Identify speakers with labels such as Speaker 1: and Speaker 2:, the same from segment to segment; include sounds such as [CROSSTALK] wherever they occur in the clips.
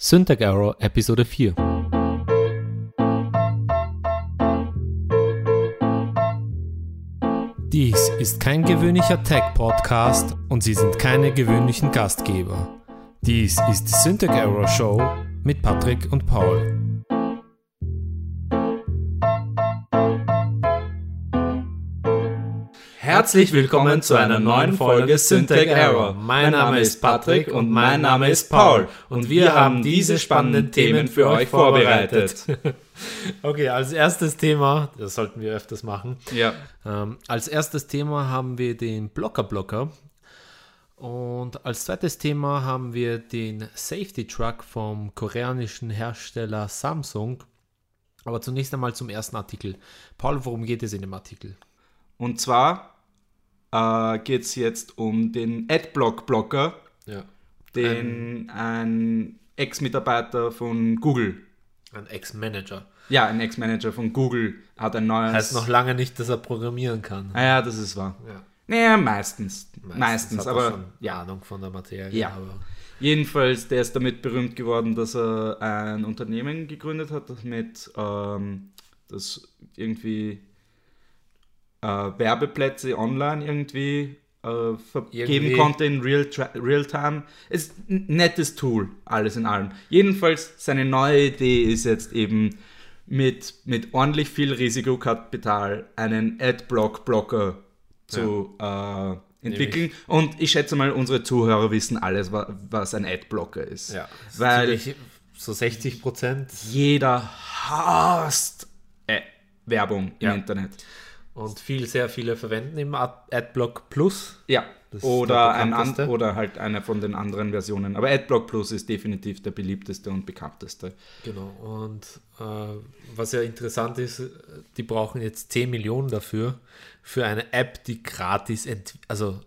Speaker 1: Syntax Error Episode 4. Dies ist kein gewöhnlicher Tech-Podcast und Sie sind keine gewöhnlichen Gastgeber. Dies ist die Syntax Error Show mit Patrick und Paul.
Speaker 2: Herzlich willkommen zu einer neuen Folge Syntech Error.
Speaker 1: Mein Name ist Patrick und mein Name ist Paul und wir haben diese spannenden Themen für euch vorbereitet. [LAUGHS] Okay, als erstes Thema, das sollten wir öfters machen.
Speaker 2: Ja.
Speaker 1: Ähm, als erstes Thema haben wir den Blocker-Blocker und als zweites Thema haben wir den Safety Truck vom koreanischen Hersteller Samsung. Aber zunächst einmal zum ersten Artikel. Paul, worum geht es in dem Artikel?
Speaker 2: Und zwar äh, geht es jetzt um den Adblock-Blocker,
Speaker 1: Ja.
Speaker 2: den ein Ex-Mitarbeiter von Google,
Speaker 1: Ein Ex-Manager.
Speaker 2: ja, ein Ex-Manager von Google, hat ein neues.
Speaker 1: Heißt noch lange nicht, dass er programmieren kann.
Speaker 2: Ah ja, das ist wahr.
Speaker 1: Ja.
Speaker 2: Naja, meistens. Meistens,
Speaker 1: hat er
Speaker 2: aber
Speaker 1: schon Ahnung von der Materie.
Speaker 2: Ja.
Speaker 1: Aber
Speaker 2: Jedenfalls, der ist damit berühmt geworden, dass er ein Unternehmen gegründet hat, das mit ähm, das irgendwie äh, Werbeplätze online irgendwie äh, vergeben
Speaker 1: Irgendwie-
Speaker 2: konnte in Real Tra- Real-Time. ist ein nettes Tool, alles in allem. Jedenfalls, seine neue Idee ist jetzt eben mit, mit ordentlich viel Risikokapital einen Adblock-Blocker zu äh, entwickeln. Und ich schätze mal, unsere Zuhörer wissen alles, wa- was ein Adblocker ist.
Speaker 1: ja.
Speaker 2: Weil
Speaker 1: Ziemlich- so 60 Prozent
Speaker 2: jeder hasst äh, Werbung im
Speaker 1: Ja.
Speaker 2: Internet.
Speaker 1: und viel, sehr viele verwenden im Ad Adblock Plus.
Speaker 2: Ja.
Speaker 1: Das ist
Speaker 2: Oder,
Speaker 1: der
Speaker 2: ein an,
Speaker 1: bekannteste.
Speaker 2: oder halt eine von den anderen Versionen. Aber Adblock Plus ist definitiv der beliebteste und bekannteste.
Speaker 1: Genau. Und äh, was ja interessant ist, äh, die brauchen jetzt 10 Millionen dafür, für eine App, die gratis, ent also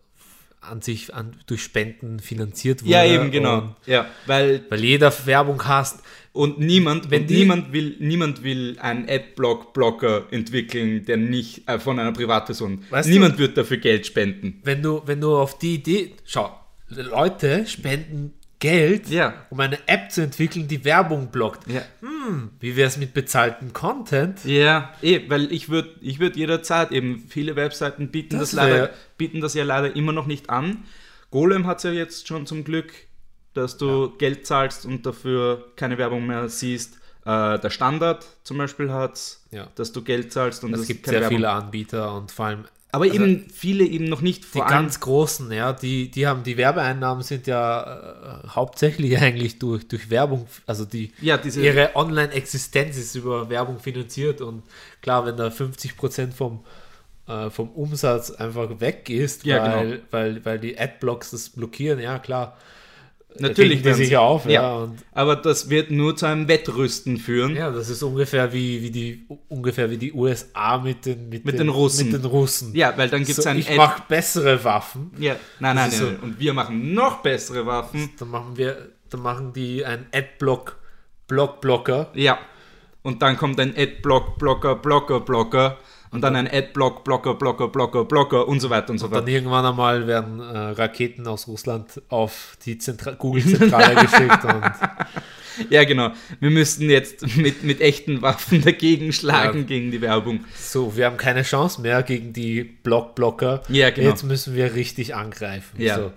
Speaker 1: an sich an, durch Spenden finanziert wurde.
Speaker 2: Ja, eben genau.
Speaker 1: Und,
Speaker 2: Ja, weil
Speaker 1: weil jeder Werbung hasst.
Speaker 2: Und niemand,
Speaker 1: Wenn
Speaker 2: und
Speaker 1: die-
Speaker 2: niemand will, niemand will einen Adblock-Blocker entwickeln, der nicht äh, von einer Privatperson.
Speaker 1: Weißt du-
Speaker 2: niemand wird dafür Geld spenden.
Speaker 1: wenn du, wenn du auf die Idee, schau, Leute spenden Geld,
Speaker 2: Ja.
Speaker 1: um eine App zu entwickeln, die Werbung blockt.
Speaker 2: Ja,
Speaker 1: Wie wäre es mit bezahltem Content?
Speaker 2: ja eh, weil ich würde ich würd jederzeit eben viele Webseiten bieten das,
Speaker 1: Das
Speaker 2: leider,
Speaker 1: wär-
Speaker 2: bieten das ja leider immer noch nicht an. Golem hat es ja jetzt schon zum Glück, dass du Geld zahlst und dafür keine Werbung mehr siehst. Äh, der Standard zum Beispiel hat es,
Speaker 1: Ja.
Speaker 2: dass du Geld zahlst und
Speaker 1: Es
Speaker 2: dass
Speaker 1: gibt
Speaker 2: keine
Speaker 1: sehr
Speaker 2: Werbung-
Speaker 1: viele Anbieter und vor allem
Speaker 2: Aber
Speaker 1: also
Speaker 2: eben viele eben noch nicht.
Speaker 1: die
Speaker 2: Vor allem
Speaker 1: ganz großen, ja, die, die haben die Werbeeinnahmen sind ja äh, hauptsächlich [LAUGHS] eigentlich durch, durch Werbung, also die
Speaker 2: Ja, diese-
Speaker 1: ihre Online-Existenz ist über Werbung finanziert und klar, wenn da 50% vom, äh, vom Umsatz einfach weg ist,
Speaker 2: Ja,
Speaker 1: weil,
Speaker 2: genau.
Speaker 1: weil, weil die Adblocks das blockieren, ja klar,
Speaker 2: Natürlich
Speaker 1: regen die
Speaker 2: werden
Speaker 1: sich
Speaker 2: sie-
Speaker 1: ja auf, ja,
Speaker 2: ja.
Speaker 1: und-
Speaker 2: aber das wird nur zu einem Wettrüsten führen. Ja.
Speaker 1: Ja, das ist ungefähr wie, wie die ungefähr wie die USA mit den mit,
Speaker 2: den Russen.
Speaker 1: Mit den Russen.
Speaker 2: weil dann gibt
Speaker 1: so,
Speaker 2: es ein
Speaker 1: ich
Speaker 2: Ad-
Speaker 1: mache bessere Waffen.
Speaker 2: ja, nein, nein,
Speaker 1: Das
Speaker 2: nein.
Speaker 1: ist so.
Speaker 2: Und wir machen noch bessere Waffen.
Speaker 1: Dann machen wir, dann machen die einen Adblock Block Blocker.
Speaker 2: Ja. Und dann kommt ein Adblock, Blocker, Blocker, Blocker. Und dann ein Adblock, Blocker, Blocker, Blocker, Blocker und so weiter und so
Speaker 1: Dann
Speaker 2: fort.
Speaker 1: irgendwann einmal werden äh, Raketen aus Russland auf die Zentra
Speaker 2: [LAUGHS]
Speaker 1: Google-Zentrale geschickt und
Speaker 2: Ja, genau. Wir müssten jetzt [LAUGHS] mit, mit echten Waffen dagegen schlagen
Speaker 1: Ja.
Speaker 2: gegen die Werbung.
Speaker 1: so, wir haben keine Chance mehr gegen die Block-Blocker.
Speaker 2: Ja, genau.
Speaker 1: Jetzt müssen wir richtig angreifen.
Speaker 2: Ja.
Speaker 1: So.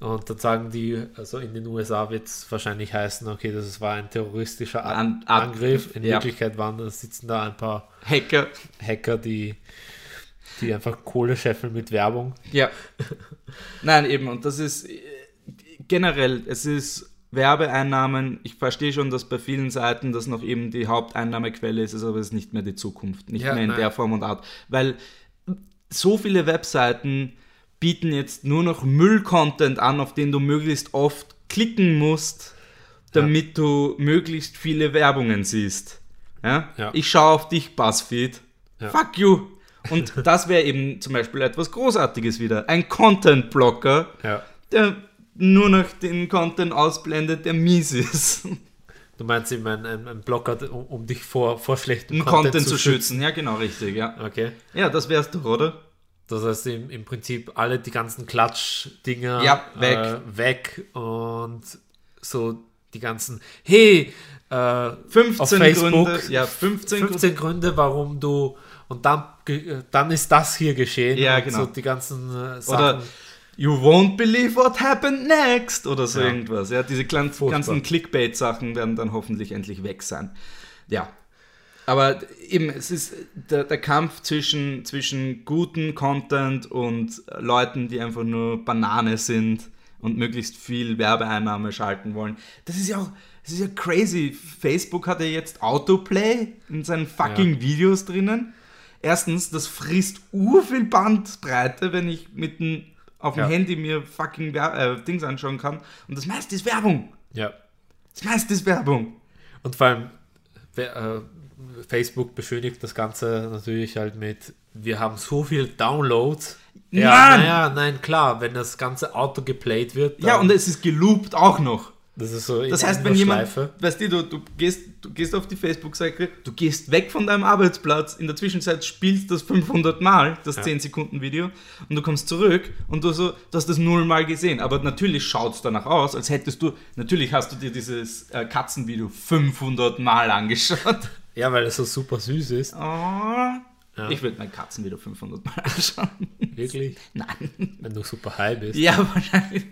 Speaker 1: Und dann sagen die, also in den USA wird es wahrscheinlich heißen, okay, das war ein terroristischer An
Speaker 2: An- An-
Speaker 1: Angriff. In
Speaker 2: ja.
Speaker 1: Wirklichkeit waren, da sitzen da ein paar
Speaker 2: Hacker.
Speaker 1: Hacker, die, die einfach Kohle scheffeln mit Werbung.
Speaker 2: Ja. [LAUGHS] Nein, eben, und das ist äh, generell, es ist Werbeeinnahmen. Ich verstehe schon, dass bei vielen Seiten das noch eben die Haupteinnahmequelle ist, ist aber es ist nicht mehr die Zukunft. Nicht
Speaker 1: Ja,
Speaker 2: mehr in
Speaker 1: nein.
Speaker 2: der Form und Art. Weil so viele Webseiten bieten jetzt nur noch Müll-Content an, auf den du möglichst oft klicken musst, damit du möglichst viele Werbungen siehst. Ja?
Speaker 1: Ja.
Speaker 2: Ich schaue auf dich, BuzzFeed.
Speaker 1: Ja.
Speaker 2: Fuck you. Und das wäre eben zum Beispiel etwas Großartiges wieder. Ein Content-Blocker,
Speaker 1: Ja.
Speaker 2: der nur noch den Content ausblendet, der mies ist. [LAUGHS] um
Speaker 1: Du meinst eben einen, einen, einen Blocker, um, um dich vor, vor schlechtem
Speaker 2: Um Content, zu schützen. Ja, genau, richtig. Ja,
Speaker 1: Okay.
Speaker 2: ja das wär's doch, oder?
Speaker 1: Das heißt im, im Prinzip alle die ganzen Klatsch-Dinger
Speaker 2: Ja, weg.
Speaker 1: Äh, weg und äh, so die ganzen, hey, äh,
Speaker 2: 15
Speaker 1: auf Facebook,
Speaker 2: Gründe. Ja, 15,
Speaker 1: 15 Gründe, waünde, warum du, und dann, ge- dann ist das hier geschehen.
Speaker 2: Ja,
Speaker 1: und
Speaker 2: genau.
Speaker 1: So die ganzen äh,
Speaker 2: Gründe. Oder
Speaker 1: Sachen.
Speaker 2: You won't believe what happened next oder so
Speaker 1: Ja.
Speaker 2: irgendwas. Ja, diese kleinen,
Speaker 1: Furchtbar.
Speaker 2: ganzen Clickbait-Sachen werden dann hoffentlich endlich weg sein. Ja. Aber eben, es ist der, der Kampf zwischen, zwischen guten Content und Leuten, die einfach nur Banane sind und möglichst viel Werbeeinnahme schalten wollen. Das ist ja auch, das ist ja crazy. Facebook hat ja jetzt Autoplay in seinen fucking Videos drinnen. Erstens, das frisst urviel Bandbreite, wenn ich mit dem, auf dem
Speaker 1: Ja.
Speaker 2: Handy mir fucking Wer äh, Dings anschauen kann. Und das meiste ist Werbung.
Speaker 1: Ja.
Speaker 2: Das meiste ist Werbung.
Speaker 1: Und vor allem, wer, äh, Facebook beschönigt das Ganze natürlich halt mit, wir haben so viel Downloads. Ja,
Speaker 2: Mann!
Speaker 1: naja, nein, klar, wenn das ganze Auto geplayt wird,
Speaker 2: Ja, und es ist geloopt auch noch.
Speaker 1: das ist so in
Speaker 2: Das heißt, wenn
Speaker 1: einer
Speaker 2: jemand,
Speaker 1: Schleife.
Speaker 2: weißt du, du, du gehst, du gehst auf die Facebook-Seite, du gehst weg von deinem Arbeitsplatz, in der Zwischenzeit spielst das 500 Mal, das 10-Sekunden-Video, und du kommst zurück und du, so, du hast das null Mal gesehen. Aber natürlich schaut es danach aus, als hättest du, natürlich hast du dir dieses äh, Katzenvideo 500 Mal angeschaut.
Speaker 1: Ja, weil es so super süß ist.
Speaker 2: Oh, Ich würde mein Katzenvideo 500 Mal [LAUGHS] anschauen.
Speaker 1: Wirklich.
Speaker 2: Nein.
Speaker 1: Wenn du super high bist,
Speaker 2: Ja, wahrscheinlich.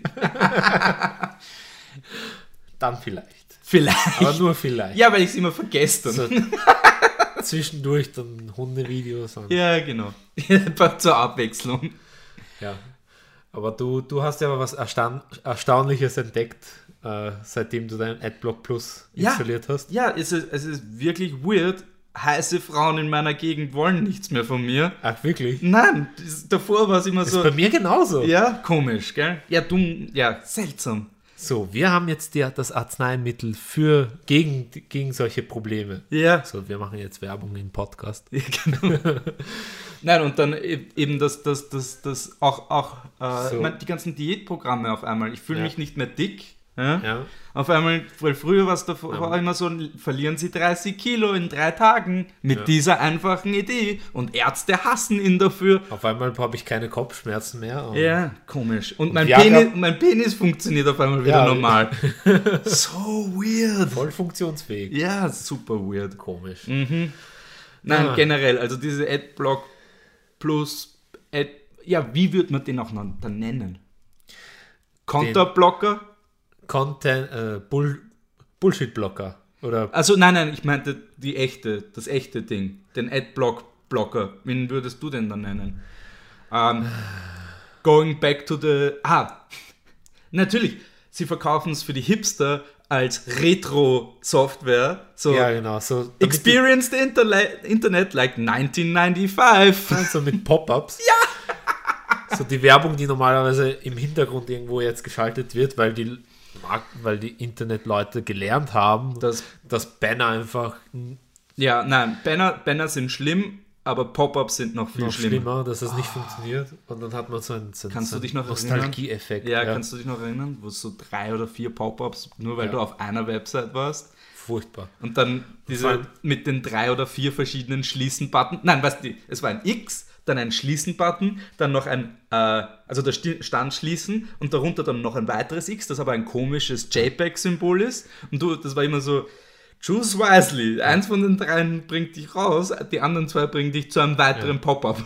Speaker 1: dann
Speaker 2: [LAUGHS]
Speaker 1: vielleicht.
Speaker 2: Vielleicht. Also
Speaker 1: Aber nur vielleicht.
Speaker 2: Ja, weil ich es immer vergesse. dann.
Speaker 1: So, [LAUGHS] zwischendurch dann Hundevideos und
Speaker 2: Ja, genau. [LAUGHS] Einfach Zur Abwechslung.
Speaker 1: Ja. Aber du, du hast ja was Erstaun Erstaunliches entdeckt, äh, seitdem du deinen Adblock Plus
Speaker 2: Ja.
Speaker 1: installiert hast.
Speaker 2: Ja, es ist, es ist wirklich weird. Heiße Frauen in meiner Gegend wollen nichts mehr von mir.
Speaker 1: Ach, wirklich?
Speaker 2: Nein, das, davor war es immer
Speaker 1: Ist
Speaker 2: so.
Speaker 1: bei mir genauso.
Speaker 2: Ja, komisch, gell? Ja, dumm, ja, seltsam.
Speaker 1: So, wir haben jetzt die, das Arzneimittel für gegen, gegen solche Probleme.
Speaker 2: Ja.
Speaker 1: So, wir machen jetzt Werbung im Podcast.
Speaker 2: [LAUGHS] Ja, genau. Nein, und dann e- eben das, das, das, das auch, auch äh,
Speaker 1: So.
Speaker 2: ich mein, die ganzen Diätprogramme auf einmal. Ich fühle
Speaker 1: Ja.
Speaker 2: mich nicht mehr dick. Ja?
Speaker 1: Ja.
Speaker 2: Auf einmal, weil früher war es davor war immer so, verlieren Sie 30 Kilo in drei Tagen mit
Speaker 1: Ja.
Speaker 2: dieser einfachen Idee. Und Ärzte hassen ihn dafür.
Speaker 1: Auf einmal habe ich keine Kopfschmerzen mehr. und-
Speaker 2: Ja, komisch. Und mein,
Speaker 1: Viagra-
Speaker 2: Penis, mein Penis funktioniert auf einmal wieder
Speaker 1: Ja.
Speaker 2: normal.
Speaker 1: [LAUGHS]
Speaker 2: so weird.
Speaker 1: Voll funktionsfähig.
Speaker 2: Ja, super weird.
Speaker 1: Komisch.
Speaker 2: Nein,
Speaker 1: Ah.
Speaker 2: generell, also diese Adblock plus Ad, ja, wie würde man den auch noch dann nennen? Konterblocker?
Speaker 1: Content, äh, Bull Bullshit-Blocker. Oder
Speaker 2: Also nein, nein, ich meinte die echte, das echte Ding, den Adblock-Blocker. Wen würdest du denn dann nennen? Ähm, going back to the... Ah, natürlich, sie verkaufen es für die Hipster als Retro-Software. So,
Speaker 1: ja, genau. So, damit die-
Speaker 2: experience the interle- Internet like 1995.
Speaker 1: so mit
Speaker 2: [LAUGHS]
Speaker 1: Pop-ups. Ja! So die Werbung, die normalerweise im Hintergrund irgendwo jetzt geschaltet wird, weil die Mark- weil die Internetleute gelernt haben,
Speaker 2: Das-
Speaker 1: dass Banner einfach
Speaker 2: Ja, nein, Banner, Banner sind schlimm, aber Pop-Ups sind noch viel
Speaker 1: noch
Speaker 2: schlimmer. Ah.
Speaker 1: schlimmer, dass es nicht funktioniert. Und dann hat man so einen, so einen-
Speaker 2: Kannst
Speaker 1: so
Speaker 2: du
Speaker 1: einen
Speaker 2: dich noch erinnern?
Speaker 1: Nostalgie-Effekt.
Speaker 2: Ja, kannst du dich noch erinnern, wo es so drei oder vier Pop-Ups, nur weil
Speaker 1: Ja.
Speaker 2: du auf einer Website warst
Speaker 1: Furchtbar.
Speaker 2: und dann
Speaker 1: Vor
Speaker 2: diese
Speaker 1: allem-
Speaker 2: mit den drei oder vier verschiedenen Schließen-Button. Nein, weißt du, es war ein X, dann ein Schließen-Button, dann noch ein, äh, also da sti- stand Schließen und darunter dann noch ein weiteres X, das aber ein komisches JPEG-Symbol ist. Und du, das war immer so, choose wisely. Eins von den dreien bringt dich raus, die anderen zwei bringen dich zu einem weiteren Pop-Up.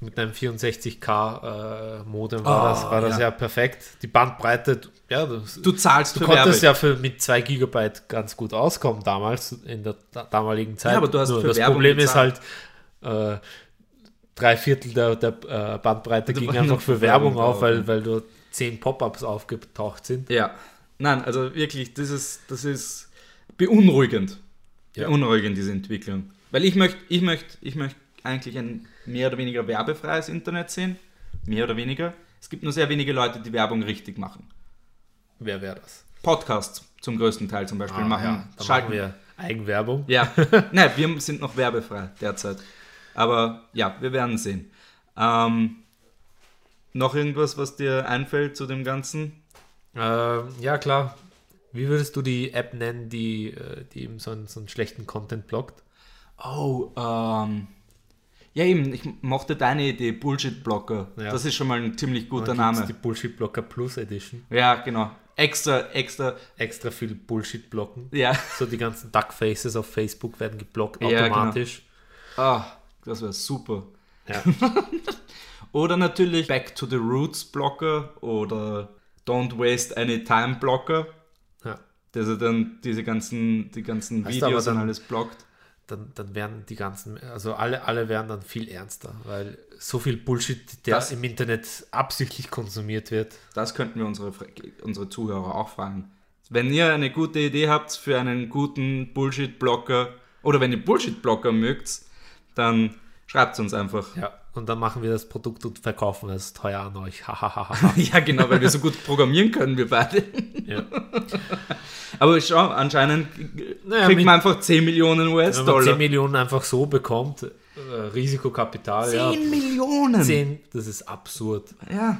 Speaker 1: Mit einem 64K äh, Modem war das, war das
Speaker 2: Ah, ja.
Speaker 1: ja. perfekt. Die Bandbreite, ja, das,
Speaker 2: Du zahlst
Speaker 1: du
Speaker 2: für Werbung.
Speaker 1: konntest ja für mit 2 GB ganz gut auskommen damals, in der da- damaligen Zeit.
Speaker 2: Ja, aber du hast für
Speaker 1: das
Speaker 2: Werbung
Speaker 1: Problem ist
Speaker 2: gezahlt.
Speaker 1: halt, äh, drei Viertel der, der äh, Bandbreite
Speaker 2: Du-
Speaker 1: ging einfach für
Speaker 2: für Werbung
Speaker 1: Werbung auf,
Speaker 2: drauf,
Speaker 1: weil, weil nur 10 Pop-Ups aufgetaucht sind.
Speaker 2: Ja. Nein, also wirklich, das ist, das ist beunruhigend.
Speaker 1: Ja.
Speaker 2: Beunruhigend, diese Entwicklung. Weil ich möchte, ich möchte, ich möchte eigentlich ein mehr oder weniger werbefreies Internet sehen. Mehr oder weniger. Es gibt nur sehr wenige Leute, die Werbung richtig machen.
Speaker 1: Wer wäre das?
Speaker 2: Podcasts zum größten Teil zum Beispiel machen.
Speaker 1: Ah, da
Speaker 2: schalten
Speaker 1: machen wir Eigenwerbung.
Speaker 2: ja,
Speaker 1: [LAUGHS]
Speaker 2: nein, wir sind noch werbefrei derzeit. Aber ja, wir werden sehen. Ähm, noch irgendwas, was dir einfällt zu dem Ganzen?
Speaker 1: Ähm, ja, klar. Wie würdest du die App nennen, die, äh, die eben so einen, so einen schlechten Content blockt?
Speaker 2: Oh, ähm. Ja, eben, ich mochte deine Idee, Bullshit-Blocker.
Speaker 1: Ja.
Speaker 2: Das ist schon mal ein ziemlich guter
Speaker 1: Dann gibt's
Speaker 2: Name.
Speaker 1: Die Bullshit Blocker Plus Edition.
Speaker 2: Ja, genau. extra, extra.
Speaker 1: Extra viel Bullshit blocken.
Speaker 2: Ja.
Speaker 1: So die ganzen Duckfaces auf Facebook werden geblockt
Speaker 2: Ja, genau.
Speaker 1: automatisch.
Speaker 2: Ah, das wäre super.
Speaker 1: Ja.
Speaker 2: [LAUGHS] Oder natürlich Back to the Roots Blocker oder Don't Waste Any Time Blocker,
Speaker 1: Ja.
Speaker 2: dass er dann diese ganzen, die ganzen
Speaker 1: Weißt du, aber
Speaker 2: Videos und
Speaker 1: dann-
Speaker 2: alles blockt.
Speaker 1: Dann, dann werden die ganzen, also alle, alle werden dann viel ernster, weil so viel Bullshit, der
Speaker 2: Das-
Speaker 1: im Internet absichtlich konsumiert wird.
Speaker 2: Das könnten wir unsere, Fra- unsere Zuhörer auch fragen. Wenn ihr eine gute Idee habt für einen guten Bullshit-Blocker oder wenn ihr Bullshit-Blocker mögt, dann schreibt uns einfach.
Speaker 1: Ja. Und dann machen wir das Produkt und verkaufen es teuer an euch.
Speaker 2: [LAUGHS]
Speaker 1: Hahaha.
Speaker 2: [LAUGHS] Ja, genau, weil wir so gut programmieren können, wir beide.
Speaker 1: ja.
Speaker 2: [LAUGHS] Aber schau, anscheinend
Speaker 1: Naja,
Speaker 2: kriegt
Speaker 1: mit-
Speaker 2: man einfach 10 Millionen
Speaker 1: Wenn man 10
Speaker 2: US-Dollar.
Speaker 1: Millionen einfach so bekommt, äh, Risikokapital, ja.
Speaker 2: Millionen?
Speaker 1: 10, das ist absurd.
Speaker 2: Ja.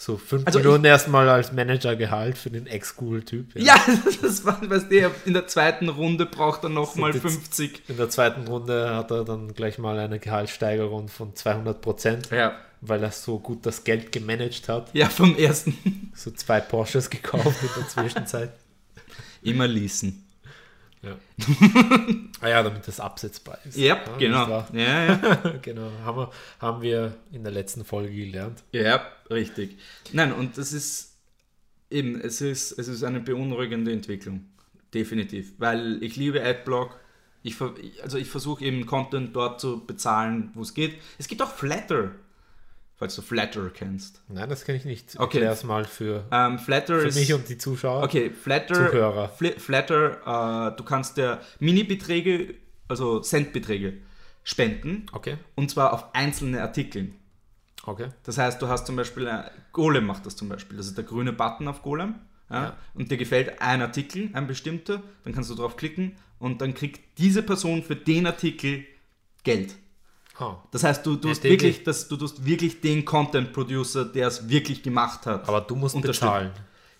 Speaker 1: So 5
Speaker 2: Also
Speaker 1: Millionen erstmal als Managergehalt für den Ex-Cool-Typ.
Speaker 2: Ja, [LAUGHS] das war, weißt du, in der zweiten Runde braucht er nochmal
Speaker 1: jetzt-
Speaker 2: 50.
Speaker 1: In der zweiten Runde hat er dann gleich mal eine Gehaltssteigerung von 200 Prozent,
Speaker 2: Ja.
Speaker 1: weil er so gut das Geld gemanagt hat.
Speaker 2: Ja, vom ersten. [LAUGHS]
Speaker 1: So zwei Porsches gekauft in [LAUGHS] der Zwischenzeit.
Speaker 2: Immer leasen.
Speaker 1: [LAUGHS] Ja. ah ja, damit das absetzbar ist.
Speaker 2: Ja,
Speaker 1: nicht
Speaker 2: genau.
Speaker 1: wahr?
Speaker 2: Ja, [LAUGHS] ja.
Speaker 1: [LAUGHS] genau. Haben wir, haben wir in der letzten Folge gelernt.
Speaker 2: ja, richtig. Nein, und das ist eben, es ist, es ist eine beunruhigende Entwicklung. Definitiv. Weil ich liebe Adblock. Ich, ver- also ich versuche eben Content dort zu bezahlen, wo es geht. Es gibt auch Flatter, falls du Flatter kennst.
Speaker 1: Nein, das kenne ich nicht.
Speaker 2: Okay.
Speaker 1: Erklär es mal für,
Speaker 2: Ähm, Flatter
Speaker 1: für
Speaker 2: ist.
Speaker 1: mich und die Zuschauer.
Speaker 2: Okay, Flatter.
Speaker 1: Zuhörer.
Speaker 2: Fl Flatter, äh, du kannst dir Mini-Beträge, also Centbeträge, spenden.
Speaker 1: Okay.
Speaker 2: Und zwar auf einzelne Artikeln.
Speaker 1: Okay.
Speaker 2: Das heißt, du hast zum Beispiel, äh, Golem macht das zum Beispiel, das ist der grüne Button auf Golem. Ja,
Speaker 1: Ja.
Speaker 2: Und dir gefällt ein Artikel, ein bestimmter, dann kannst du drauf klicken und dann kriegt diese Person für den Artikel Geld.
Speaker 1: Ah.
Speaker 2: Das heißt, du tust,
Speaker 1: Artikel.
Speaker 2: wirklich, das, du tust wirklich den Content Producer, der es wirklich gemacht hat.
Speaker 1: Aber du musst
Speaker 2: unterstützen.
Speaker 1: bezahlen.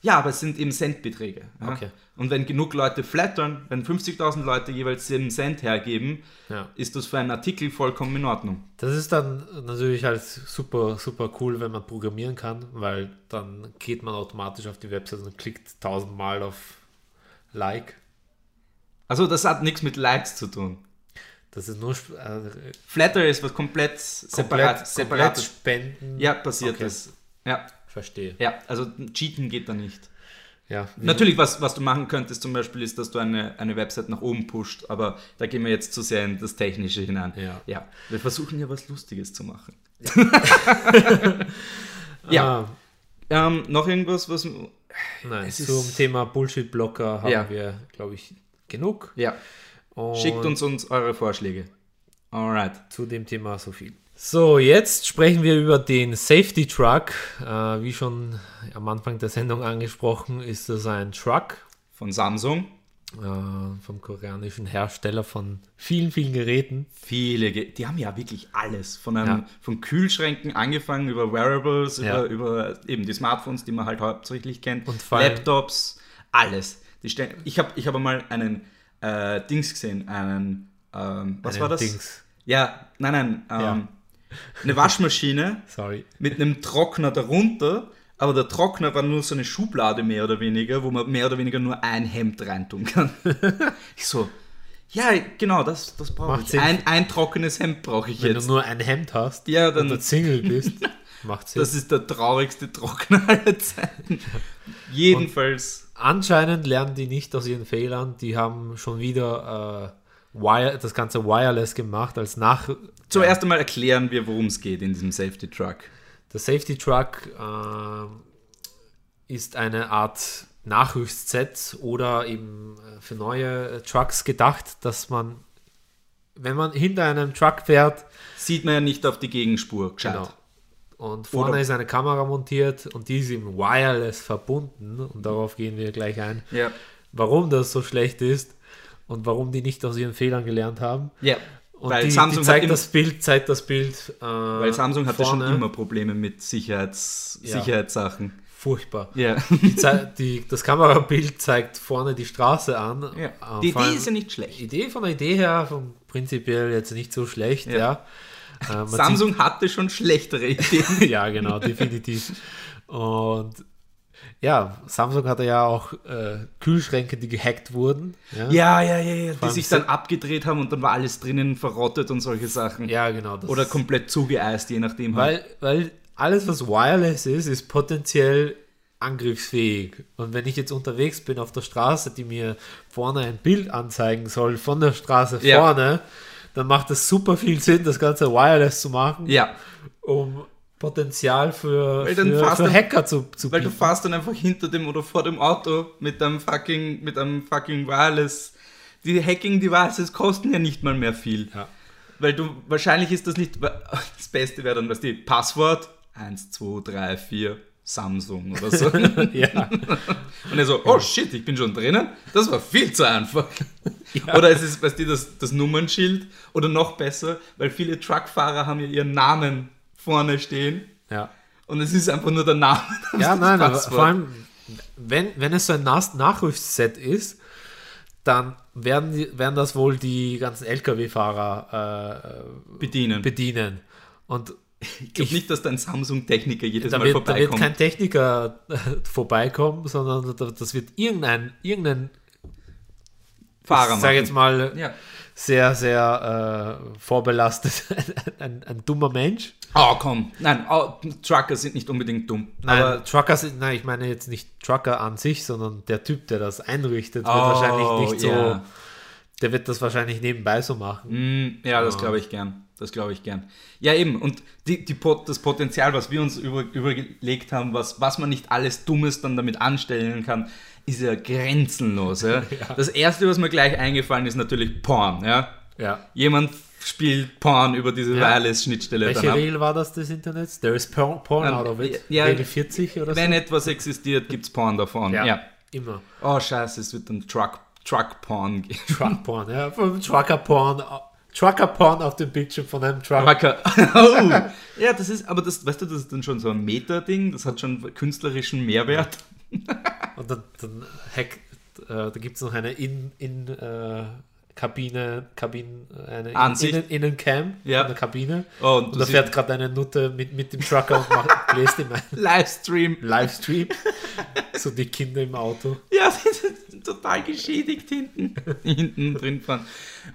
Speaker 2: Ja, aber es sind eben Centbeträge. Ja?
Speaker 1: Okay.
Speaker 2: Und wenn genug Leute flattern, wenn 50.000 Leute jeweils 7 Cent hergeben,
Speaker 1: Ja.
Speaker 2: ist das für einen Artikel vollkommen in Ordnung.
Speaker 1: Das ist dann natürlich halt super, super cool, wenn man programmieren kann, weil dann geht man automatisch auf die Website und klickt tausendmal auf Like.
Speaker 2: Also das hat nichts mit Likes zu tun.
Speaker 1: Das ist nur sp- äh,
Speaker 2: Flatter ist was komplett
Speaker 1: komplett,
Speaker 2: separat,
Speaker 1: komplett
Speaker 2: separates.
Speaker 1: Spenden.
Speaker 2: Ja, passiert
Speaker 1: Okay.
Speaker 2: das. Ja,
Speaker 1: Verstehe.
Speaker 2: ja, also cheaten geht da nicht.
Speaker 1: Ja.
Speaker 2: Natürlich, was, was du machen könntest zum Beispiel, ist, dass du eine, eine Website nach oben pusht, aber da gehen wir jetzt zu sehr in das Technische hinein.
Speaker 1: Ja.
Speaker 2: ja. Wir versuchen ja was Lustiges zu machen. [LAUGHS]
Speaker 1: ja. Ah,
Speaker 2: Ähm, noch irgendwas, was...
Speaker 1: nein,
Speaker 2: Es ist-
Speaker 1: zum Thema Bullshit-Blocker haben
Speaker 2: Ja.
Speaker 1: wir, glaube ich, genug.
Speaker 2: Ja,
Speaker 1: Und
Speaker 2: schickt uns, uns eure Vorschläge. Alright.
Speaker 1: zu dem Thema so viel. So, jetzt sprechen wir über den Safety Truck. Äh, wie schon am Anfang der Sendung angesprochen, ist das ein Truck
Speaker 2: Von Samsung.
Speaker 1: äh, vom koreanischen Hersteller von vielen, vielen Geräten.
Speaker 2: Viele, Ge die haben ja wirklich alles. Von, einem,
Speaker 1: Ja.
Speaker 2: von Kühlschränken angefangen über Wearables,
Speaker 1: Ja.
Speaker 2: über, über eben die Smartphones, die man halt hauptsächlich kennt,
Speaker 1: Und vor allem-
Speaker 2: Laptops, alles. Die stellen, ich habe ich hab mal einen äh, Dings gesehen, einen, ähm, was
Speaker 1: Einen
Speaker 2: war das?
Speaker 1: Äh, Dings.
Speaker 2: Ja, nein, nein, ähm,
Speaker 1: Ja.
Speaker 2: eine Waschmaschine
Speaker 1: Sorry.
Speaker 2: mit einem Trockner darunter, aber der Trockner war nur so eine Schublade mehr oder weniger, wo man mehr oder weniger nur ein Hemd reintun kann. [LAUGHS] ich so, ja, genau, das, das brauche
Speaker 1: Macht
Speaker 2: ich.
Speaker 1: Sinn.
Speaker 2: Ein, ein trockenes Hemd brauche ich
Speaker 1: Wenn
Speaker 2: jetzt.
Speaker 1: du nur ein Hemd hast
Speaker 2: Ja,
Speaker 1: und
Speaker 2: dann,
Speaker 1: du Single bist,
Speaker 2: [LAUGHS]
Speaker 1: macht Sinn.
Speaker 2: das ist der traurigste Trockner
Speaker 1: [LAUGHS]
Speaker 2: aller Zeiten. Jedenfalls,
Speaker 1: Anscheinend lernen die nicht aus ihren Fehlern. Die haben schon wieder äh, wire, das Ganze wireless gemacht als nach.
Speaker 2: zuerst einmal erklären wir, worum es geht in diesem Safety Truck.
Speaker 1: Der Safety Truck ähm, ist eine Art Nachrüstset oder eben äh, für neue äh, Trucks gedacht, dass man, wenn man hinter einem Truck fährt,
Speaker 2: Sieht man ja nicht auf die Gegenspur, gescheit.
Speaker 1: genau. Und vorne
Speaker 2: Oder-
Speaker 1: ist eine Kamera montiert und die ist im Wireless verbunden und darauf gehen wir gleich ein,
Speaker 2: Mhm. Ja.
Speaker 1: warum das so schlecht ist und warum die nicht aus ihren Fehlern gelernt haben.
Speaker 2: ja.
Speaker 1: Und
Speaker 2: weil
Speaker 1: die,
Speaker 2: Samsung
Speaker 1: die
Speaker 2: hat
Speaker 1: zeigt
Speaker 2: immer-
Speaker 1: das Bild, zeigt das Bild. Äh,
Speaker 2: Weil Samsung hatte schon
Speaker 1: vorne.
Speaker 2: immer Probleme mit Sicherheits
Speaker 1: Ja.
Speaker 2: Sicherheitssachen.
Speaker 1: Furchtbar.
Speaker 2: Ja. [LAUGHS]
Speaker 1: Die zei- die, das Kamerabild zeigt vorne die Straße an. Äh,
Speaker 2: Die
Speaker 1: vor
Speaker 2: Idee
Speaker 1: allem-
Speaker 2: ist ja nicht schlecht.
Speaker 1: Idee von der Idee her, vom prinzipiell jetzt nicht so schlecht, ja. Äh, man [LAUGHS]
Speaker 2: Samsung hatte schon schlechtere Ideen.
Speaker 1: Sieht, ja, genau, definitiv. Und Ja, Samsung hatte ja auch äh, Kühlschränke, die gehackt wurden. Ja,
Speaker 2: [LAUGHS] Ja, ja, ja, ja. Die
Speaker 1: allem
Speaker 2: sich dann abgedreht haben und dann war alles drinnen verrottet und solche Sachen.
Speaker 1: Ja, genau. Das
Speaker 2: Oder komplett zugeeist, je nachdem. halt.
Speaker 1: Weil, weil alles, was wireless ist, ist potenziell angriffsfähig. Und wenn ich jetzt unterwegs bin auf der Straße, die mir vorne ein Bild anzeigen soll, von der Straße
Speaker 2: Ja.
Speaker 1: vorne, dann macht es super viel Sinn, das Ganze wireless zu machen,
Speaker 2: ja,
Speaker 1: um Potenzial für,
Speaker 2: Weil dann
Speaker 1: für,
Speaker 2: fast
Speaker 1: für
Speaker 2: dann-
Speaker 1: Hacker zu, zu
Speaker 2: weil du
Speaker 1: bieten. [LAUGHS]
Speaker 2: fährst dann einfach hinter dem oder vor dem Auto mit einem fucking, mit einem fucking Wireless. Die Hacking-Devices kosten ja nicht mal mehr viel.
Speaker 1: Ja.
Speaker 2: Weil du, wahrscheinlich ist das nicht, [LAUGHS] das Beste wäre dann, was die Passwort 1, 2, 3, 4, Samsung oder so. [LAUGHS] und
Speaker 1: ja.
Speaker 2: er so, oh shit, ich bin schon drinnen. Das war viel zu einfach. Oder es ist, weißt du, das, das Nummernschild. Oder noch besser, weil viele Truckfahrer haben ja ihren Namen vorne stehen.
Speaker 1: ja.
Speaker 2: Und es ist einfach nur der Name. [LAUGHS]
Speaker 1: Ja, nein, aber
Speaker 2: Passwort.
Speaker 1: vor allem, wenn, wenn es so ein Nas- Nachrüstset ist, dann werden, die, werden das wohl die ganzen Lkw-Fahrer äh,
Speaker 2: Bedienen.
Speaker 1: bedienen. Und
Speaker 2: ich glaube nicht, dass dein Samsung-Techniker jedes
Speaker 1: da
Speaker 2: Mal
Speaker 1: wird, da wird
Speaker 2: vorbeikommt.
Speaker 1: kein Techniker äh, vorbeikommen, sondern da- das wird irgendein, irgendein
Speaker 2: Fahrer
Speaker 1: ich sag jetzt
Speaker 2: machen.
Speaker 1: mal,
Speaker 2: Ja.
Speaker 1: sehr, sehr äh, vorbelastet, [LAUGHS] ein, ein dummer Mensch.
Speaker 2: Oh, komm. Nein, oh, Trucker sind nicht unbedingt dumm.
Speaker 1: Nein,
Speaker 2: Aber
Speaker 1: Trucker sind, nein, ich meine jetzt nicht Trucker an sich, sondern der Typ, der das einrichtet, wird
Speaker 2: Oh,
Speaker 1: wahrscheinlich nicht so,
Speaker 2: ja.
Speaker 1: der wird das wahrscheinlich nebenbei so machen.
Speaker 2: Mm, Ja, das glaube ich gern. Das glaube ich gern. Ja, eben. Und die, die, Pot- das Potenzial, was wir uns über, überlegt haben, was, was man nicht alles Dummes dann damit anstellen kann, ist ja grenzenlos. [LAUGHS] Ja? Das Erste, was mir gleich eingefallen ist, natürlich Porn. Ja?
Speaker 1: Ja.
Speaker 2: Jemand spielt Porn über diese
Speaker 1: Ja.
Speaker 2: Wireless-Schnittstelle.
Speaker 1: Welche
Speaker 2: dann ab.
Speaker 1: Regel war das des Internets? There is porn, porn
Speaker 2: Ähm,
Speaker 1: out of it.
Speaker 2: ja,
Speaker 1: Regel 40 oder so?
Speaker 2: Wenn etwas existiert, gibt es Porn davon. Ja.
Speaker 1: Immer.
Speaker 2: Oh, scheiße, es wird dann Truck, Truck Porn [LAUGHS] geben.
Speaker 1: Truck Porn, ja. Vom Trucker Porn. Trucker Porn auf dem Bildschirm von einem Trucker.
Speaker 2: Wacker. [LAUGHS] oh. Ja, das ist, aber das, weißt du, das ist dann schon so ein Meta-Ding, das hat schon künstlerischen Mehrwert.
Speaker 1: Und dann, dann hack, äh, da gibt es noch eine in, in äh, Kabine, Kabine, eine
Speaker 2: Ansicht.
Speaker 1: Innen, Innencam
Speaker 2: Ja.
Speaker 1: in der Kabine.
Speaker 2: Oh, und
Speaker 1: Und
Speaker 2: du
Speaker 1: da
Speaker 2: siehst-
Speaker 1: fährt gerade eine Nutte mit, mit dem Trucker und
Speaker 2: [LAUGHS]
Speaker 1: macht, bläst ihm einen
Speaker 2: Livestream.
Speaker 1: Livestream. [LAUGHS] so die Kinder im Auto.
Speaker 2: Ja, [LAUGHS] die sind total geschädigt hinten, [LAUGHS] hinten drin fahren.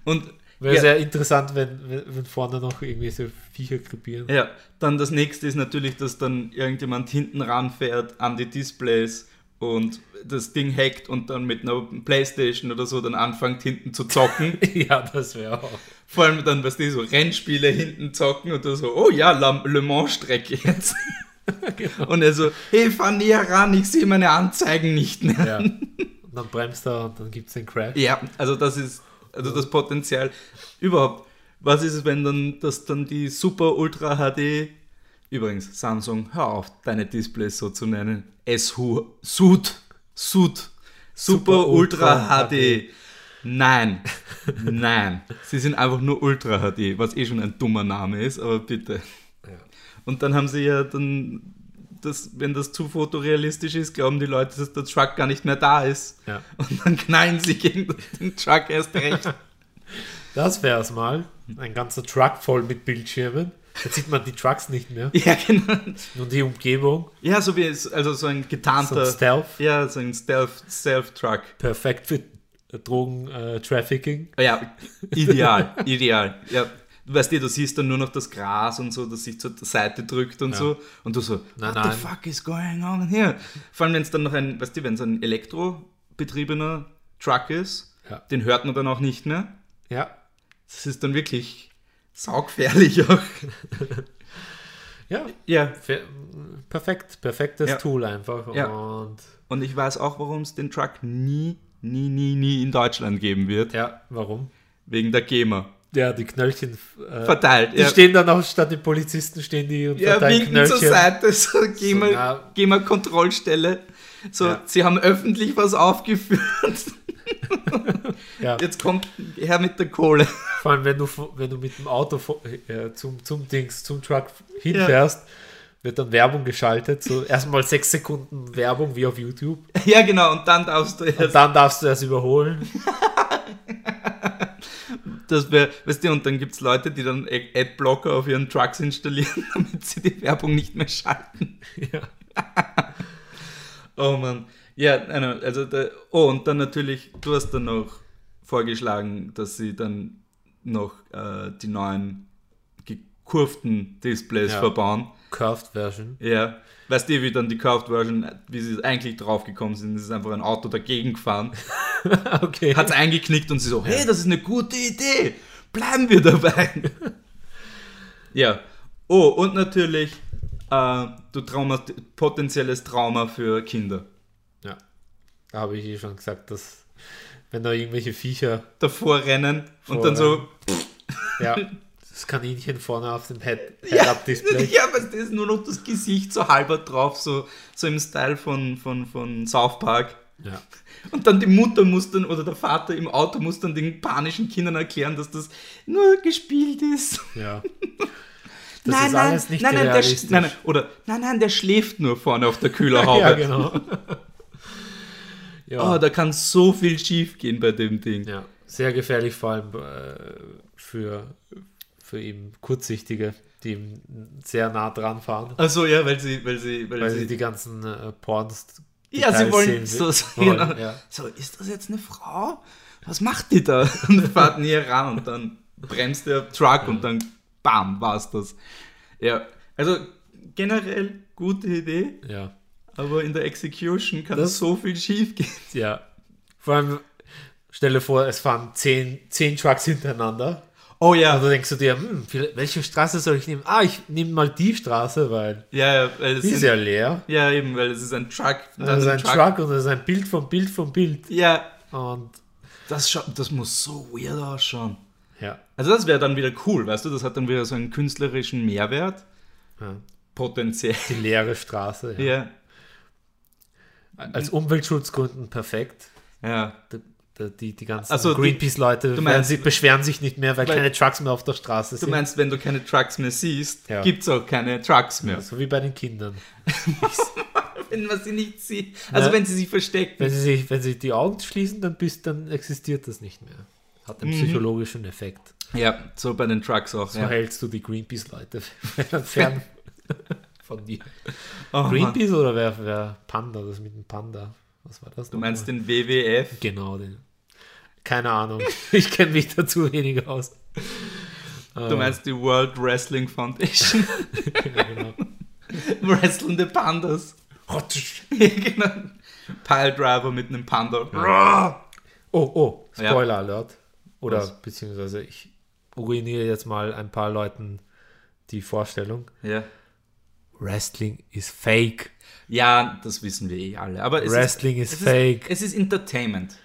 Speaker 2: Und
Speaker 1: Wäre
Speaker 2: ja,
Speaker 1: sehr interessant, wenn, wenn, wenn vorne noch irgendwie so Viecher krepieren.
Speaker 2: ja, dann das nächste ist natürlich, dass dann irgendjemand hinten ranfährt an die Displays und das Ding hackt und dann mit einer Playstation oder so dann anfängt hinten zu [LAUGHS] zocken.
Speaker 1: [LAUGHS] Ja, das wäre auch.
Speaker 2: Vor allem dann, weißt du, so Rennspiele hinten zocken und du so, oh ja, La- Le Mans-Strecke [LAUGHS] jetzt. Und er so, hey, fahr näher ran, ich sehe meine Anzeigen nicht mehr.
Speaker 1: Ja. Und dann bremst er und dann gibt es den Crash.
Speaker 2: Ja, also das ist, also das Potenzial überhaupt. Was ist es, wenn dann, dass dann die Super Ultra HD, übrigens, Samsung, hör auf, deine Displays so zu nennen, SU, Sud, Sud, Super
Speaker 1: Super
Speaker 2: Ultra
Speaker 1: Ultra
Speaker 2: HD. Nein, nein, sie sind einfach nur Ultra HD, was eh schon ein dummer Name ist, aber bitte. Und dann haben sie ja dann, das, wenn das zu fotorealistisch ist, glauben die Leute, dass der Truck gar nicht mehr da ist.
Speaker 1: Ja.
Speaker 2: Und dann knallen sie gegen den Truck
Speaker 1: [LAUGHS]
Speaker 2: erst recht.
Speaker 1: Das wäre es mal. Ein ganzer Truck voll mit Bildschirmen. Jetzt sieht man die Trucks nicht mehr.
Speaker 2: ja, genau.
Speaker 1: Nur die Umgebung.
Speaker 2: Ja, so wie es, also so ein
Speaker 1: So
Speaker 2: getarnter.
Speaker 1: ein Stealth.
Speaker 2: ja, so ein Stealth, Stealth-Truck.
Speaker 1: Perfekt für äh, Drogen-Trafficking.
Speaker 2: Ja, ideal, ideal. Ja. Weißt du, du siehst dann nur noch das Gras und so, das sich zur Seite drückt und so. Und du so,
Speaker 1: Nein,
Speaker 2: what
Speaker 1: nein.
Speaker 2: the fuck is going on here? Vor allem, wenn es dann noch ein, weißt du, wenn es ein elektrobetriebener Truck ist,
Speaker 1: Ja.
Speaker 2: den hört man dann auch nicht mehr.
Speaker 1: ja.
Speaker 2: Das ist dann wirklich saugefährlich auch.
Speaker 1: Ja.
Speaker 2: Ja,
Speaker 1: Fe- Perfekt. Perfektes
Speaker 2: Ja.
Speaker 1: Tool einfach.
Speaker 2: Ja.
Speaker 1: Und
Speaker 2: und ich weiß auch, warum es den Truck nie, nie, nie, nie in Deutschland geben wird.
Speaker 1: ja, warum?
Speaker 2: Wegen der GEMA.
Speaker 1: Ja, die Knöllchen. Äh,
Speaker 2: Verteilt.
Speaker 1: Die
Speaker 2: ja.
Speaker 1: stehen dann auch statt den Polizisten stehen die und
Speaker 2: Ja,
Speaker 1: verteilen
Speaker 2: winken zur
Speaker 1: Knöllchen.
Speaker 2: Seite, so, geh, mal,
Speaker 1: na.
Speaker 2: geh mal Kontrollstelle. So,
Speaker 1: Ja.
Speaker 2: sie haben öffentlich
Speaker 1: [LAUGHS]
Speaker 2: was aufgeführt.
Speaker 1: Ja.
Speaker 2: Jetzt kommt her mit der Kohle.
Speaker 1: Vor allem, wenn du, vo- wenn du mit dem Auto vo- äh, zum, zum Dings, zum Truck hinfährst, wird dann Werbung geschaltet. So erstmal sechs Sekunden Werbung wie auf YouTube.
Speaker 2: ja, genau, und dann darfst du erst,
Speaker 1: Und dann darfst du das überholen.
Speaker 2: das wär, weißt du, und dann gibt es Leute, die dann Ad- Adblocker auf ihren Trucks [LAUGHS] installieren, damit sie die Werbung nicht mehr schalten.
Speaker 1: ja.
Speaker 2: Oh, [LAUGHS] Oh Mann. Ja, nein, also da, oh, und dann natürlich, du hast dann noch vorgeschlagen, dass sie dann noch äh, die neuen gekurften Displays
Speaker 1: Ja.
Speaker 2: verbauen.
Speaker 1: Curved
Speaker 2: [LAUGHS]
Speaker 1: Version.
Speaker 2: Ja. Weißt du, wie dann die Curved Version, wie sie eigentlich draufgekommen sind, ist einfach ein Auto dagegen gefahren,
Speaker 1: okay.
Speaker 2: hat es eingeknickt und sie so, hey, das ist eine gute Idee, bleiben wir dabei. [LAUGHS] ja. Oh, und natürlich, äh, du Trauma, potenzielles Trauma für Kinder.
Speaker 1: Ja. Da habe ich eh schon gesagt, dass wenn da irgendwelche Viecher,
Speaker 2: Davor rennen und dann so, [LAUGHS]
Speaker 1: ja, das Kaninchen vorne auf dem Head,
Speaker 2: Ja, [LAUGHS]
Speaker 1: Head-Up-Display.
Speaker 2: ja, aber das ist nur noch das Gesicht so halber drauf, so, so im Style von, von, von South Park.
Speaker 1: Ja.
Speaker 2: Und dann die Mutter muss dann, oder der Vater im Auto muss dann den panischen Kindern erklären, dass das nur gespielt ist.
Speaker 1: ja. Das
Speaker 2: nein,
Speaker 1: ist
Speaker 2: nein,
Speaker 1: alles nicht
Speaker 2: nein, nein, der, sch-
Speaker 1: realistisch.
Speaker 2: nein, nein, oder, nein, nein, der schläft nur vorne auf der
Speaker 1: [LAUGHS]
Speaker 2: Kühlerhaube.
Speaker 1: ja, genau.
Speaker 2: [LAUGHS]
Speaker 1: ja.
Speaker 2: Oh, da kann so viel schief gehen bei dem Ding.
Speaker 1: ja, sehr gefährlich vor allem äh, für, für eben Kurzsichtige, die eben sehr nah dran fahren,
Speaker 2: Ach so, Also, ja, weil sie, weil sie, weil,
Speaker 1: weil
Speaker 2: sie,
Speaker 1: sie die ganzen äh, Porns
Speaker 2: ja, sie
Speaker 1: Details
Speaker 2: wollen,
Speaker 1: sehen
Speaker 2: so, so,
Speaker 1: wollen,
Speaker 2: genau.
Speaker 1: ja.
Speaker 2: so, ist das jetzt eine Frau? Was macht die da? [LAUGHS] Und dann fahrt näher ran und dann bremst der Truck und dann bam, war's das. Ja, also generell gute Idee,
Speaker 1: Ja,
Speaker 2: aber in der Execution kann
Speaker 1: Das-
Speaker 2: so viel schief gehen.
Speaker 1: ja. Vor allem, stell dir vor, es fahren zehn, zehn Trucks hintereinander.
Speaker 2: Oh
Speaker 1: Und
Speaker 2: ja,
Speaker 1: da denkst du dir, hm, vielleicht- welche Straße soll ich nehmen? Ah, ich nehme mal die Straße, weil
Speaker 2: ja, ja, weil es
Speaker 1: die ist
Speaker 2: sind,
Speaker 1: ja leer.
Speaker 2: ja eben, weil es ist ein Truck.
Speaker 1: Dann ist Also ein Truck und dann ist ein Bild vom Bild vom Bild.
Speaker 2: Ja,
Speaker 1: Und
Speaker 2: das, scha- das muss so weird ausschauen.
Speaker 1: ja,
Speaker 2: Also das wäre dann wieder cool, weißt du, das hat dann wieder so einen künstlerischen Mehrwert,
Speaker 1: ja.
Speaker 2: potenziell.
Speaker 1: die leere Straße. Ja.
Speaker 2: Ja,
Speaker 1: Als Umweltschutzgründen perfekt.
Speaker 2: ja.
Speaker 1: Die, die, die ganzen
Speaker 2: Ach so, Also die-
Speaker 1: Greenpeace-Leute werden
Speaker 2: meinst-
Speaker 1: sie- beschweren sich nicht mehr, weil,
Speaker 2: Weil-
Speaker 1: keine Trucks mehr auf der Straße
Speaker 2: Du
Speaker 1: sind.
Speaker 2: meinst, wenn du keine Trucks mehr siehst,
Speaker 1: Ja.
Speaker 2: gibt es auch keine Trucks mehr.
Speaker 1: so wie bei den Kindern.
Speaker 2: Wenn man sie nicht sieht. Also
Speaker 1: Ja.
Speaker 2: wenn sie sich verstecken.
Speaker 1: Wenn sie, sich, wenn sie die Augen schließen, dann, bist, dann existiert das nicht mehr. Hat einen psychologischen Effekt.
Speaker 2: Ja, so halt bei den Trucks auch.
Speaker 1: So
Speaker 2: Mhm. ja.
Speaker 1: hältst du die Greenpeace-Leute [LAUGHS] fern von dir.
Speaker 2: Oh, Mann.
Speaker 1: Greenpeace oder wer, wer? Panda, das mit dem Panda. Was war das?
Speaker 2: Du meinst den WWF?
Speaker 1: Genau, den. Keine Ahnung. [LAUGHS] ich kenne mich dazu wenig aus.
Speaker 2: Du meinst die World Wrestling Foundation? [LAUGHS]
Speaker 1: Ja, genau.
Speaker 2: Wrestlende Pandas. [LAUGHS] Ja, genau. Piledriver mit einem Panda.
Speaker 1: Oh, oh,
Speaker 2: Ja.
Speaker 1: Spoiler Alert. Oder
Speaker 2: Was?
Speaker 1: beziehungsweise ich ruiniere jetzt mal ein paar Leuten die Vorstellung.
Speaker 2: Ja.
Speaker 1: Wrestling ist fake.
Speaker 2: ja, das wissen wir eh alle. Aber es
Speaker 1: Wrestling
Speaker 2: ist,
Speaker 1: ist,
Speaker 2: es
Speaker 1: fake.
Speaker 2: Ist, es ist Entertainment.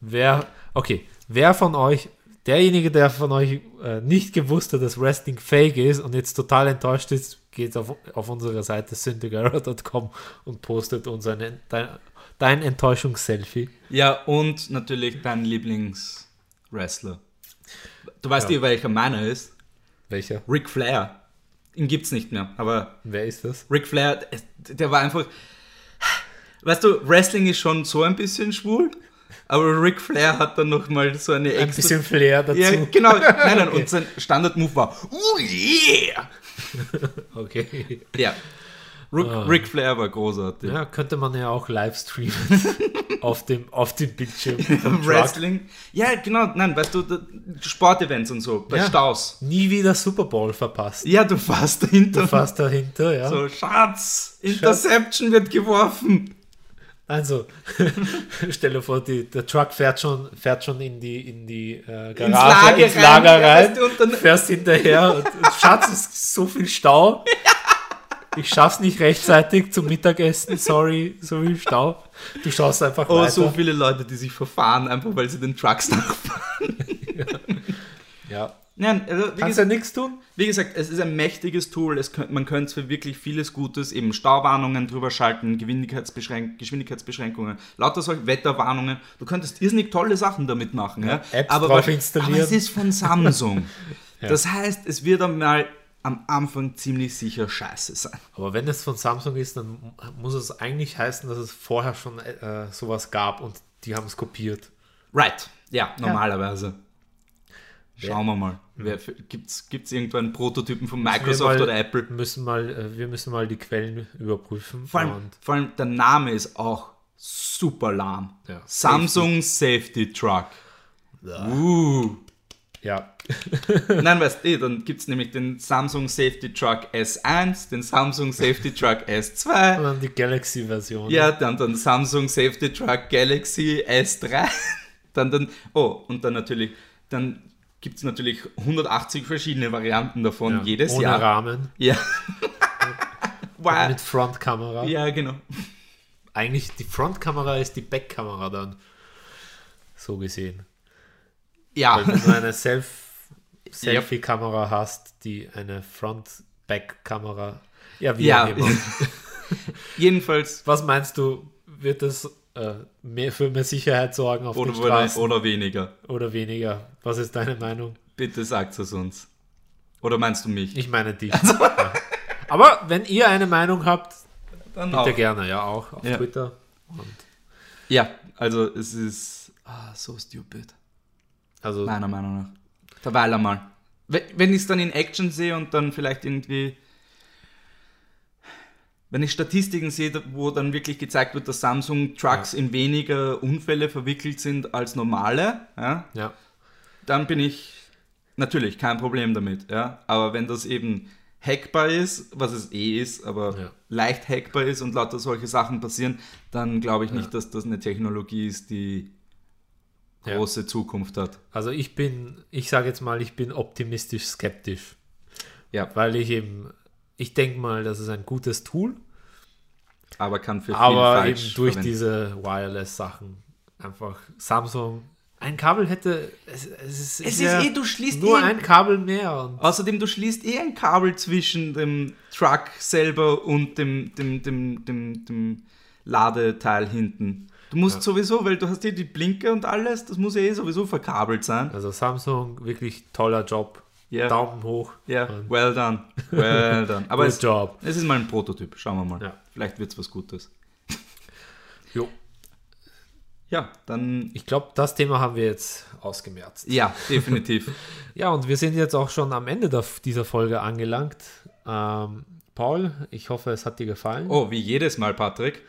Speaker 1: Wer, okay, wer von euch, derjenige, der von euch äh, nicht gewusst hat, dass Wrestling fake ist und jetzt total enttäuscht ist, geht auf, auf unsere Seite syndigara.com und postet uns ein, dein, dein Enttäuschungsselfie.
Speaker 2: Ja, und natürlich dein Lieblingswrestler. Du weißt eh, welcher meiner ist.
Speaker 1: Welcher?
Speaker 2: Ric Flair. Ihn gibt's nicht mehr, aber
Speaker 1: Wer ist das?
Speaker 2: Ric Flair, der war einfach. Weißt du, Wrestling ist schon so ein bisschen schwul, aber Ric Flair hat dann nochmal so eine
Speaker 1: Ein
Speaker 2: extra.
Speaker 1: bisschen Flair dazu.
Speaker 2: ja, genau.
Speaker 1: [LAUGHS]
Speaker 2: Nein, nein, und sein Standard-Move war, oh yeah!
Speaker 1: Okay.
Speaker 2: Ja. Ric,
Speaker 1: Ah.
Speaker 2: Ric Flair war großartig.
Speaker 1: Ja, könnte man ja auch live streamen
Speaker 2: [LAUGHS]
Speaker 1: auf dem, auf dem Bildschirm. vom Truck.
Speaker 2: Wrestling. Ja, genau. Nein, weißt du, da- Sportevents und so, bei
Speaker 1: Ja.
Speaker 2: Staus.
Speaker 1: Nie wieder Super Bowl verpasst.
Speaker 2: Ja, du fährst dahinter.
Speaker 1: Du fährst dahinter, ja.
Speaker 2: so, Schatz, Interception wird geworfen.
Speaker 1: Also, [LAUGHS] stell dir vor, die, der Truck fährt schon, fährt schon in die, in die äh, Garage, ins
Speaker 2: Lager
Speaker 1: Lager,
Speaker 2: rein,
Speaker 1: rein,
Speaker 2: weißt du, und dann-
Speaker 1: fährst
Speaker 2: [LAUGHS]
Speaker 1: hinterher und, und Schatz, es ist so viel Stau. Ich schaff's nicht rechtzeitig zum Mittagessen, sorry, so viel Stau. Du schaust einfach
Speaker 2: Oh,
Speaker 1: weiter.
Speaker 2: so viele Leute, die sich verfahren, einfach weil sie den Trucks [LAUGHS] nachfahren.
Speaker 1: Ja.
Speaker 2: Nein, also wie,
Speaker 1: Kannst
Speaker 2: gesagt,
Speaker 1: ja nichts tun?
Speaker 2: wie gesagt, es ist ein mächtiges Tool. Es könnt, man könnte es für wirklich vieles Gutes, eben Stauwarnungen drüber schalten, Geschwindigkeitsbeschränk Geschwindigkeitsbeschränkungen, lauter solche Wetterwarnungen. Du könntest irrnig tolle Sachen damit machen. Ja,
Speaker 1: Apps
Speaker 2: aber,
Speaker 1: drauf
Speaker 2: aber
Speaker 1: installieren.
Speaker 2: es ist
Speaker 1: [LAUGHS]
Speaker 2: von Samsung. Das heißt, es wird einmal am Anfang ziemlich sicher scheiße sein.
Speaker 1: Aber wenn es von Samsung ist, dann muss es eigentlich heißen, dass es vorher schon äh, sowas gab und die haben es kopiert.
Speaker 2: Right, ja, normalerweise. Schauen wir mal. Gibt es irgendwo einen Prototypen von
Speaker 1: wir
Speaker 2: Microsoft
Speaker 1: mal,
Speaker 2: oder Apple?
Speaker 1: Müssen mal, äh, wir müssen mal die Quellen überprüfen.
Speaker 2: Vor allem,
Speaker 1: und
Speaker 2: vor allem der Name ist auch super lahm.
Speaker 1: Ja.
Speaker 2: Samsung Safety Truck. Uh.
Speaker 1: [LAUGHS] ja,
Speaker 2: Nein, weißt du, eh, dann gibt es nämlich den Samsung Safety Truck S1, den Samsung Safety Truck
Speaker 1: und
Speaker 2: S2,
Speaker 1: dann die Galaxy-Version.
Speaker 2: ja, dann den Samsung Safety Truck Galaxy S3, [LAUGHS] dann dann, oh, und dann natürlich, dann gibt es natürlich 180 verschiedene Varianten davon
Speaker 1: Ja,
Speaker 2: jedes
Speaker 1: ohne
Speaker 2: Jahr.
Speaker 1: Rahmen,
Speaker 2: Ja. [LAUGHS] wow.
Speaker 1: mit Frontkamera.
Speaker 2: Ja, genau.
Speaker 1: Eigentlich die Frontkamera ist die Backkamera dann. So gesehen.
Speaker 2: Ja.
Speaker 1: Weil wenn du
Speaker 2: [LAUGHS]
Speaker 1: eine Self Selfie-Kamera hast, die eine Front-Back-Kamera. Ja, wie
Speaker 2: Ja.
Speaker 1: auch immer.
Speaker 2: Jedenfalls
Speaker 1: Was meinst du, wird das äh, mehr für mehr Sicherheit sorgen auf den
Speaker 2: oder, oder,
Speaker 1: Straßen
Speaker 2: oder weniger.
Speaker 1: oder weniger? Was ist deine Meinung?
Speaker 2: Bitte sagt es uns. Oder meinst du mich?
Speaker 1: Ich meine dich.
Speaker 2: Also
Speaker 1: Ja. Aber wenn ihr eine Meinung habt,
Speaker 2: Dann
Speaker 1: bitte gerne, ja auch auf
Speaker 2: Ja.
Speaker 1: Twitter. Und
Speaker 2: Ja, also es ist ah, so stupid.
Speaker 1: also
Speaker 2: Meiner Meinung nach. Derweil einmal. Wenn, wenn ich es dann in Action sehe und dann vielleicht irgendwie. Wenn ich Statistiken sehe, da- wo dann wirklich gezeigt wird, dass Samsung Trucks in weniger Unfälle verwickelt sind als normale, ja,
Speaker 1: ja,
Speaker 2: dann bin ich natürlich kein Problem damit. Ja? Aber wenn das eben hackbar ist, was es eh ist, aber
Speaker 1: Ja.
Speaker 2: leicht hackbar ist und lauter solche Sachen passieren, dann glaube ich nicht, dass das eine Technologie ist, die
Speaker 1: Ja.
Speaker 2: große Zukunft hat.
Speaker 1: also ich bin, ich sage jetzt mal, ich bin optimistisch skeptisch.
Speaker 2: Ja,
Speaker 1: weil ich eben, ich denke mal, das ist ein gutes Tool,
Speaker 2: aber kann für
Speaker 1: aber
Speaker 2: viel
Speaker 1: eben
Speaker 2: falsch
Speaker 1: durch
Speaker 2: verwendet-
Speaker 1: diese Wireless-Sachen einfach Samsung. Ein Kabel hätte, es, es ist,
Speaker 2: Es ist
Speaker 1: ja
Speaker 2: eh, du schließt
Speaker 1: nur
Speaker 2: eh-
Speaker 1: ein Kabel mehr und
Speaker 2: Außerdem, du schließt eh ein Kabel zwischen dem Truck selber und dem, dem, dem, dem, dem Ladeteil hinten. Du musst sowieso, weil du hast eh die Blinker und alles, das muss ja eh sowieso verkabelt sein.
Speaker 1: also Samsung wirklich toller Job,
Speaker 2: Ja.
Speaker 1: Daumen hoch.
Speaker 2: Ja,
Speaker 1: Und
Speaker 2: well done. Well done.
Speaker 1: [LAUGHS]
Speaker 2: Aber
Speaker 1: Good
Speaker 2: es,
Speaker 1: job.
Speaker 2: es ist mal ein Prototyp. Schauen wir mal.
Speaker 1: Ja.
Speaker 2: Vielleicht wird es was Gutes.
Speaker 1: Jo.
Speaker 2: Ja, dann.
Speaker 1: Ich glaube, das Thema haben wir jetzt ausgemerzt.
Speaker 2: Ja, definitiv.
Speaker 1: [LAUGHS] Ja, und wir sind jetzt auch schon am Ende der, dieser Folge angelangt. Ähm, Paul, ich hoffe, es hat dir gefallen.
Speaker 2: Oh, wie jedes Mal, Patrick.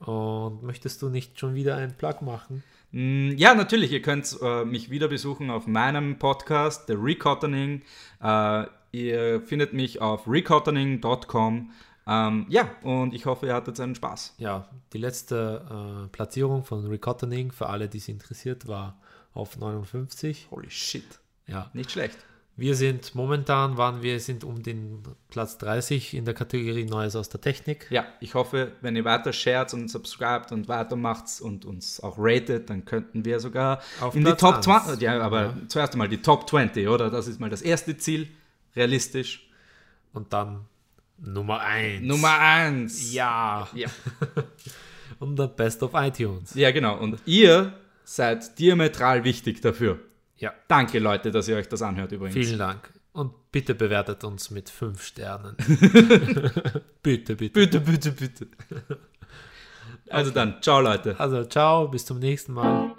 Speaker 1: Und möchtest du nicht schon wieder einen Plug machen?
Speaker 2: Mm, Ja, natürlich. Ihr könnt äh, mich wieder besuchen auf meinem Podcast, The Recottoning. Äh, ihr findet mich auf recottoning.com. Ähm, ja, und ich hoffe, ihr hattet einen Spaß.
Speaker 1: Ja, die letzte äh, Platzierung von Recottening, für alle, die es interessiert, war auf 59.
Speaker 2: Holy shit.
Speaker 1: Ja,
Speaker 2: Nicht schlecht.
Speaker 1: wir sind momentan, waren wir, sind um den Platz 30 in der Kategorie Neues aus der Technik.
Speaker 2: Ja, ich hoffe, wenn ihr weiter shared und subscribt und weitermacht und uns auch ratet, dann könnten wir sogar
Speaker 1: Auf
Speaker 2: in
Speaker 1: Platz
Speaker 2: die Top
Speaker 1: eins.
Speaker 2: 20. Ja, aber zuerst einmal die Top 20, oder? Das ist mal das erste Ziel. Realistisch.
Speaker 1: Und dann Nummer 1.
Speaker 2: Nummer 1.
Speaker 1: Ja.
Speaker 2: Ja.
Speaker 1: [LAUGHS] Und der Best of iTunes.
Speaker 2: ja, genau. Und ihr seid diametral wichtig dafür.
Speaker 1: Ja,
Speaker 2: Danke, Leute, dass ihr euch das anhört übrigens.
Speaker 1: vielen Dank. Und bitte bewertet uns mit 5
Speaker 2: [LAUGHS]
Speaker 1: Sternen. [LAUGHS] bitte, bitte.
Speaker 2: Bitte,
Speaker 1: [LAUGHS]
Speaker 2: bitte, bitte. Also dann, ciao, Leute.
Speaker 1: Also, ciao, bis zum nächsten Mal.